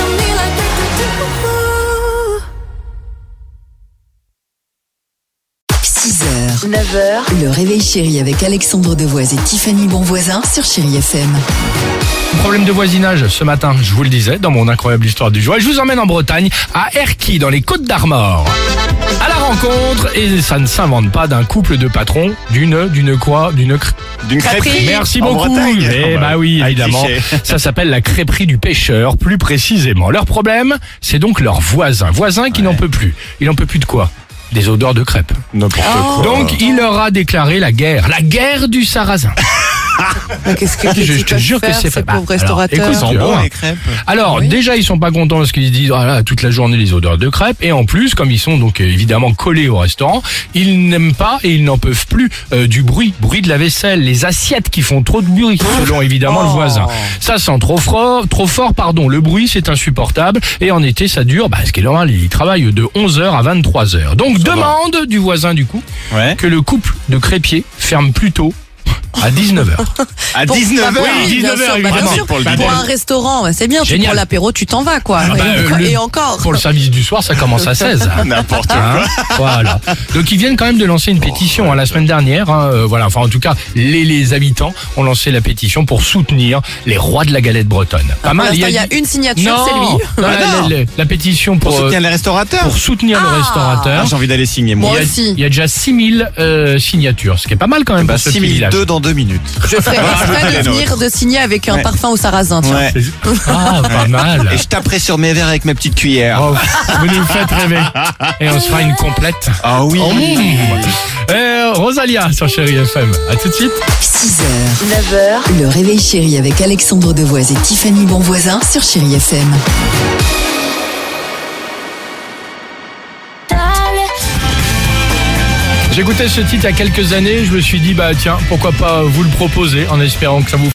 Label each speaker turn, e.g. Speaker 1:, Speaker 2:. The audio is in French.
Speaker 1: on me like we could do.
Speaker 2: 6h, 9h, le réveil chéri avec Alexandre Devoise et Tiffany Bonvoisin sur Chérie FM.
Speaker 3: Problème de voisinage ce matin, je vous le disais dans mon incroyable histoire du jour. Et je vous emmène en Bretagne, à Erquy, dans les Côtes d'Armor. À la rencontre, et ça ne s'invente pas, d'un couple de patrons, d'une, d'une quoi, d'une cr-
Speaker 4: D'une crêperie.
Speaker 3: Merci
Speaker 4: En
Speaker 3: beaucoup.
Speaker 4: Bretagne.
Speaker 3: Eh
Speaker 4: Ah
Speaker 3: bah oui,
Speaker 4: un
Speaker 3: évidemment.
Speaker 4: cliché.
Speaker 3: Ça s'appelle la crêperie du pêcheur, plus précisément. Leur problème, c'est donc leur voisin, voisin qui n'en peut plus. Il n'en peut plus de quoi Des odeurs de crêpes.
Speaker 4: N'importe quoi.
Speaker 3: Donc il leur a déclaré la guerre, la guerre du sarrasin.
Speaker 5: Ah, Qu'est-ce que
Speaker 3: Ah, je te jure que c'est fait.
Speaker 5: pas.
Speaker 3: Bah, alors, écoute, tu vas voir.
Speaker 4: crêpes.
Speaker 3: Alors déjà ils sont pas contents parce qu'ils se disent ah là, toute la journée les odeurs de crêpes et en plus comme ils sont donc euh, évidemment collés au restaurant ils n'aiment pas et ils n'en peuvent plus euh, du bruit bruit de la vaisselle les assiettes qui font trop de bruit selon évidemment le voisin ça sent trop fort trop fort pardon le bruit c'est insupportable et en été ça dure bah, ce qui est normal ils travaillent de 11h à 23h donc demande du voisin du coup
Speaker 4: Ouais.
Speaker 3: que le couple de crêpiers ferme plus tôt à 19h
Speaker 4: À
Speaker 5: Pour-
Speaker 4: 19h.
Speaker 5: bah, oui, bien sûr, bah, bien
Speaker 3: évidemment.
Speaker 5: sûr.
Speaker 4: Pour le
Speaker 5: Pour,
Speaker 4: dîner.
Speaker 5: un restaurant, bah, c'est bien. Tu
Speaker 3: Génial.
Speaker 5: prends l'apéro, tu t'en vas, quoi.
Speaker 3: Ah bah,
Speaker 5: et,
Speaker 3: euh, le-
Speaker 5: et encore.
Speaker 3: pour le service du soir ça commence à 16
Speaker 4: N'importe quoi.
Speaker 3: Hein, voilà. Donc ils viennent quand même de lancer une pétition hein, la semaine dernière. hein, euh, voilà. Enfin, en tout cas, les, les habitants ont lancé la pétition pour soutenir les rois de la galette bretonne. Pas
Speaker 5: Pour
Speaker 3: mal.
Speaker 5: l'instant, il y a une signature, c'est
Speaker 3: Non,
Speaker 5: lui.
Speaker 3: non, la,
Speaker 4: non.
Speaker 3: la- la- la pétition pour,
Speaker 4: Pour
Speaker 3: euh,
Speaker 4: soutenir les restaurateurs.
Speaker 3: pour soutenir
Speaker 5: Ah.
Speaker 3: le
Speaker 4: Ah,
Speaker 3: restaurateur.
Speaker 4: J'ai envie d'aller signer moi.
Speaker 5: Moi
Speaker 3: il, y a,
Speaker 5: aussi.
Speaker 3: il y a déjà 6000 euh, signatures, ce qui est pas mal quand même
Speaker 4: Bah,
Speaker 3: pour ce petit village.
Speaker 4: 6002 dans 2 minutes.
Speaker 5: Je ferai
Speaker 4: je
Speaker 5: exprès de
Speaker 4: fais la
Speaker 5: venir de signer avec un
Speaker 4: Ouais.
Speaker 5: parfum au sarrasin. tiens.
Speaker 4: Ouais.
Speaker 3: Ah, pas mal.
Speaker 4: Et je taperai sur mes verres avec ma petite cuillère.
Speaker 3: Oh, vous nous faites rêver. Et on se fera une complète.
Speaker 4: Ah oui.
Speaker 3: Euh, Rosalia sur Chéri FM. À tout de suite.
Speaker 2: 6h, 9h, le réveil chéri avec Alexandre Devoise et Tiffany Bonvoisin sur Chérie FM.
Speaker 3: J'écoutais ce titre il y a quelques années, je me suis dit bah tiens, pourquoi pas vous le proposer en espérant que ça vous